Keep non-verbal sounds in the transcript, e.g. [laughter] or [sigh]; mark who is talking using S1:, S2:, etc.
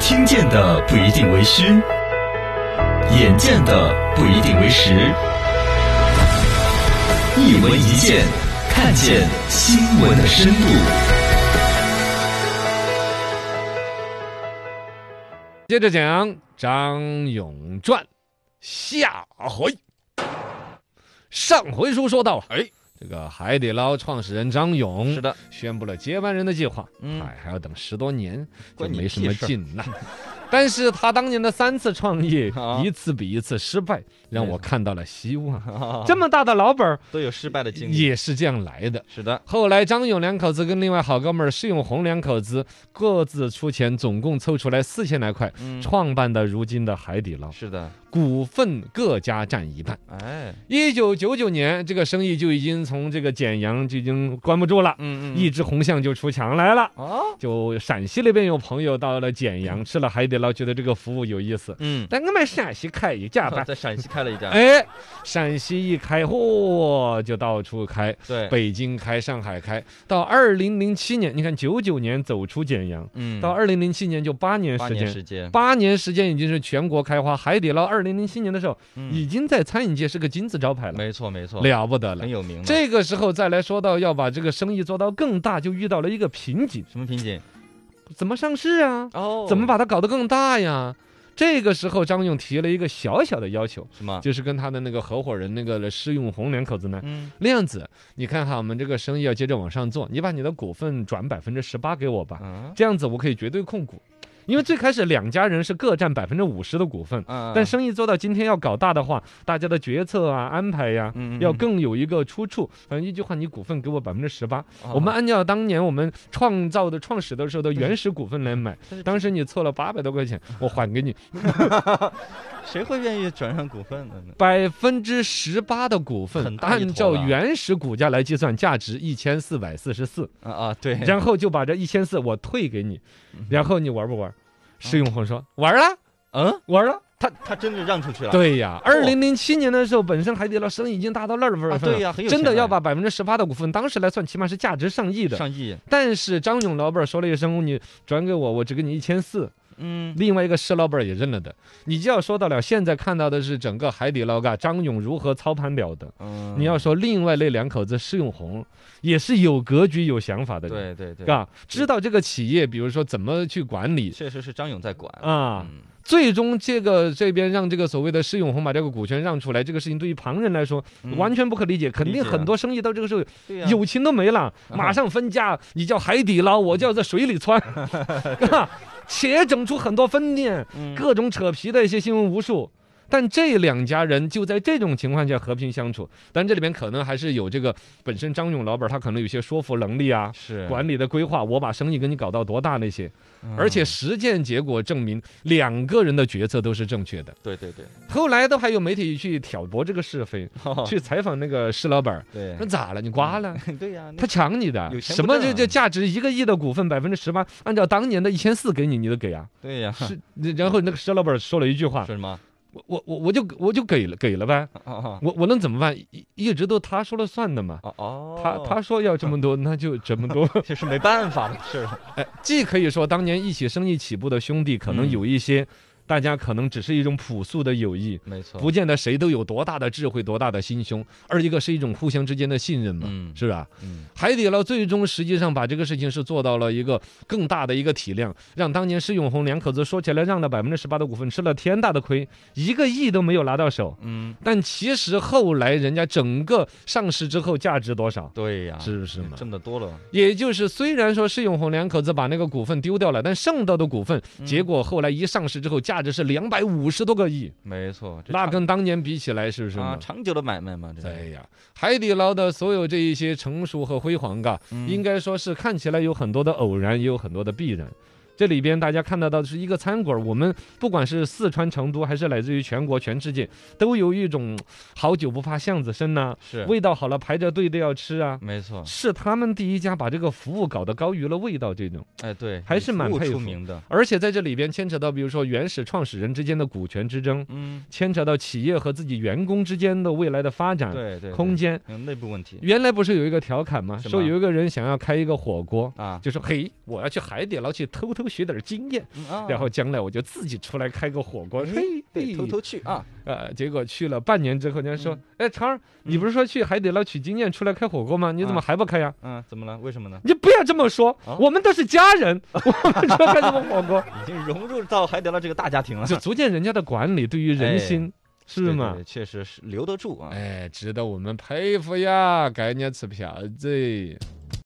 S1: 听见的不一定为虚，眼见的不一定为实。一文一见，看见新闻的深度。
S2: 接着讲《张永传》，下回。上回书说到啊，
S3: 哎，
S2: 这个海底捞创始人张勇
S3: 是的，
S2: 宣布了接班人的计划，
S3: 嗯
S2: 哎，还要等十多年，就
S3: 关你
S2: 没什
S3: 屁
S2: 么
S3: 事儿
S2: 劲呐。但是他当年的三次创业
S3: [laughs] 啊，哎
S2: 一次比一次失败，让我看到了希望。
S3: [laughs] 这
S2: 这么大的老板儿
S3: 都有失败的经历。
S2: 也是这样来的。
S3: 是的，
S2: 后来，张勇两口子跟另外好哥们儿释永红两口子各自出钱，总共凑出来四千来块，
S3: 嗯，
S2: 创办的如今的海底捞。
S3: 是的，
S2: 股份各家占一半。
S3: 哎，
S2: 一九九九年，这个生意就已经从这个简阳就已经关不住了，
S3: 嗯
S2: 一直红巷就出墙来了。
S3: 哦，
S2: 就陕西那边有朋友到了简阳吃了海底捞，觉得这个服务有意思，
S3: 嗯，
S2: 但我们陕西开一家
S3: [laughs]
S2: 吧。
S3: 在陕西开了一家，
S2: 哎，陕西一开，嚯，就到处开，
S3: 对，
S2: 北京开，上海开。到二零零七年，你看九九年走出简阳，
S3: 嗯，
S2: 到二零零七年就八年
S3: 八
S2: 时
S3: 年
S2: 间，
S3: 时间，
S2: 八年时间已经是全国开花。海底捞二零零七年的时候，已
S3: 嗯，
S2: 经在餐饮界是个金字招牌了，
S3: 没错没错，
S2: 了不得了
S3: 很。有名的。
S2: 这个时候再来说到要把这个生意做到更大，就遇到了一个瓶颈，
S3: 什么瓶颈？
S2: 怎么上市啊？
S3: 哦
S2: 怎么？把它搞得更大呀？这个时候，张勇提了一个小小的要求，
S3: 什么？
S2: 就是跟他的那个合伙人那个施永红两口子呢，
S3: 嗯，
S2: 那样子，你看哈，我们这个生意要接着往上做，你把你的股份转百分之十八给我吧，
S3: 嗯，
S2: 这样子我可以绝对控股，因为最开始两家人是各占百分之五十的股份，
S3: 嗯，
S2: 但，生意做到今天要搞大的话，大家的决策啊、安排呀、
S3: 嗯，
S2: 要更有一个出处，反正一句话，你股份给我百分之十八，
S3: 哦
S2: 我们按照当年我们创造的创始的时候的原始股份来买
S3: 嗯但是，
S2: 当时你凑了八百多块钱，我还给你
S3: 谁会愿意转让股份的呢？
S2: 百分之十八的股份
S3: 很，大一
S2: 按
S3: 坨
S2: 照
S3: 了
S2: 原始股价来计算，价值一千四百四十四，
S3: 啊啊，对，
S2: [laughs] 然后就把这一千四我退给你，然后你玩不玩？施永红说玩了，
S3: 嗯，
S2: 玩了。
S3: 他他真的让出去了，
S2: 对呀，二零零七年的时候，本身海底捞生意已经大到那儿份儿
S3: 啊，
S2: 了，
S3: 对呀，很有
S2: 真的
S3: 钱
S2: 要把百分之十八的股份，当时来算，起码是价值上亿的。
S3: 上亿，
S2: 但是张勇老板说了一声：“你转给我，我只给你一千
S3: [laughs]
S2: 四。”
S3: 嗯，
S2: 另外一个施老板也认了的。你就要说到了，现在看到的是整个海底捞啊，张勇如何操盘了得。
S3: 嗯
S2: 你要说另外那两口子施永红，也是有格局、有想法的人，
S3: 对对对，
S2: 嘎，知道这个企业，比如说怎么去管理。
S3: 确实是张勇在管
S2: 啊，
S3: 嗯
S2: 最终这个这边让这个所谓的施永红把这个股权让出来，这个事情对于旁人来说、
S3: 嗯
S2: 完全不可理解，肯定
S3: 解啊
S2: 很多生意到这个时候
S3: 对呀，
S2: 友情都没
S3: [laughs]
S2: 了，
S3: 啊
S2: 马上分家，你叫海底捞，我叫在水里
S3: [laughs]
S2: 窜，啊且整出很多分店，
S3: 嗯
S2: 各种扯皮的一些新闻无数。但这两家人就在这种情况下和平相处，但这里面可能还是有这个本身张勇老板他可能有些说服能力啊，
S3: 是
S2: 管理的规划，我把生意给你搞到多大那些，而且
S3: 嗯
S2: 实践结果证明两个人的决策都是正确的。
S3: 对对对，
S2: 后来都还有媒体去挑拨这个是
S3: [laughs]
S2: 非，去采访那个施老板，
S3: 对
S2: 说咋了？你瓜了？
S3: [laughs] 对呀，那
S2: 他抢你的
S3: 有，钱
S2: 什
S3: 不
S2: 么
S3: 挣
S2: 这
S3: 啊
S2: 这价值一个亿的股份百分之十八，按照当年的一千四给你，你都给
S3: [laughs]
S2: 啊？
S3: 对呀，
S2: 是，啊然后那个石老板说了一句话
S3: [laughs] 说，什么？
S2: 我我我我就我就给了给了呗，
S3: 哦
S2: 我我能怎么办？一一直都他说了算的嘛。
S3: 哦哦，
S2: 他他说要这么
S3: [laughs]
S2: 多，那就这么多。
S3: 他这是没办法的事
S2: [laughs]
S3: 儿，
S2: 既可以说当年一起生意起步的兄弟，可能
S3: 嗯
S2: 有一些，大家可能只是一种朴素的友谊，
S3: 没错，
S2: 不见得谁都有多大的智慧、多大的心胸。二一个是一种互相之间的信任嘛，
S3: 嗯
S2: 是吧？
S3: 嗯
S2: 海底捞最终实际上把这个事情是做到了一个更大的一个体量，让当年施永红两口子说起来让了百分之十八的股份，吃了天大的亏，一个亿都没有拿到手。
S3: 嗯，
S2: 但其实后来人家整个上市之后价值多少，
S3: 对呀，
S2: 是不是嘛？
S3: 挣得多了，
S2: 也就是虽然说施永红两口子把那个股份丢掉了，但剩到的股份，
S3: 嗯
S2: 结果后来一上市之后价值是两百五十多个亿，
S3: 没错，这
S2: 那
S3: 长
S2: 跟当年比起来是不是
S3: 啊
S2: 嘛？
S3: 长久的买卖嘛，这是
S2: 对呀，海底捞的所有这一些成熟和辉煌，嘎，
S3: 嗯
S2: 应该说是看起来有很多的偶然，也有很多的必然。这里边大家看得到的是一个餐馆儿，我们不管是四川成都，还是来自于全国全世界，都有一种好久不怕巷子深呐、
S3: 是
S2: 味道好了排着队都要吃啊。
S3: 没错，
S2: 是他们第一家把这个服务搞得高于了味道这种，
S3: 哎对，
S2: 还
S3: 以
S2: 是
S3: 服
S2: 蛮
S3: 务
S2: 佩
S3: 出
S2: 服
S3: 名的，
S2: 而且在这里边牵扯到，比如说原始创始人之间的股权之争，
S3: 嗯，
S2: 牵扯到企业和自己员工之间的未来的发展
S3: 对对，
S2: 嗯空
S3: 间
S2: 间。
S3: 有内部问题
S2: 原来不是有一个调侃吗？
S3: 什么
S2: 说有一个人想要开一个火锅，
S3: 啊，
S2: 就说：“嘿，我要去海底捞去偷偷偷学点经验，
S3: 嗯啊
S2: 然后将来我就自己出来开个火锅，嘿，
S3: 哎对，
S2: 嘿
S3: 偷偷去啊，
S2: 呃，结果去了半年之后，人家说
S3: 嗯，
S2: 哎，长儿，你不是说去海底捞取经验出来开火锅吗？你怎么
S3: 啊
S2: 还不开呀？
S3: 嗯，怎么了？为什么呢？
S2: 你不要这么说
S3: 啊，
S2: 我们都是家人， [laughs] 我们说开什么火锅？
S3: 已经融入到海底捞这个大家庭
S2: [laughs]
S3: 了，
S2: 就足见人家的管理对于人心，
S3: 对
S2: [laughs] 是
S3: 对
S2: 吗
S3: 对？确实是留得住啊。
S2: 哎，值得我们佩服呀！该你吃票子。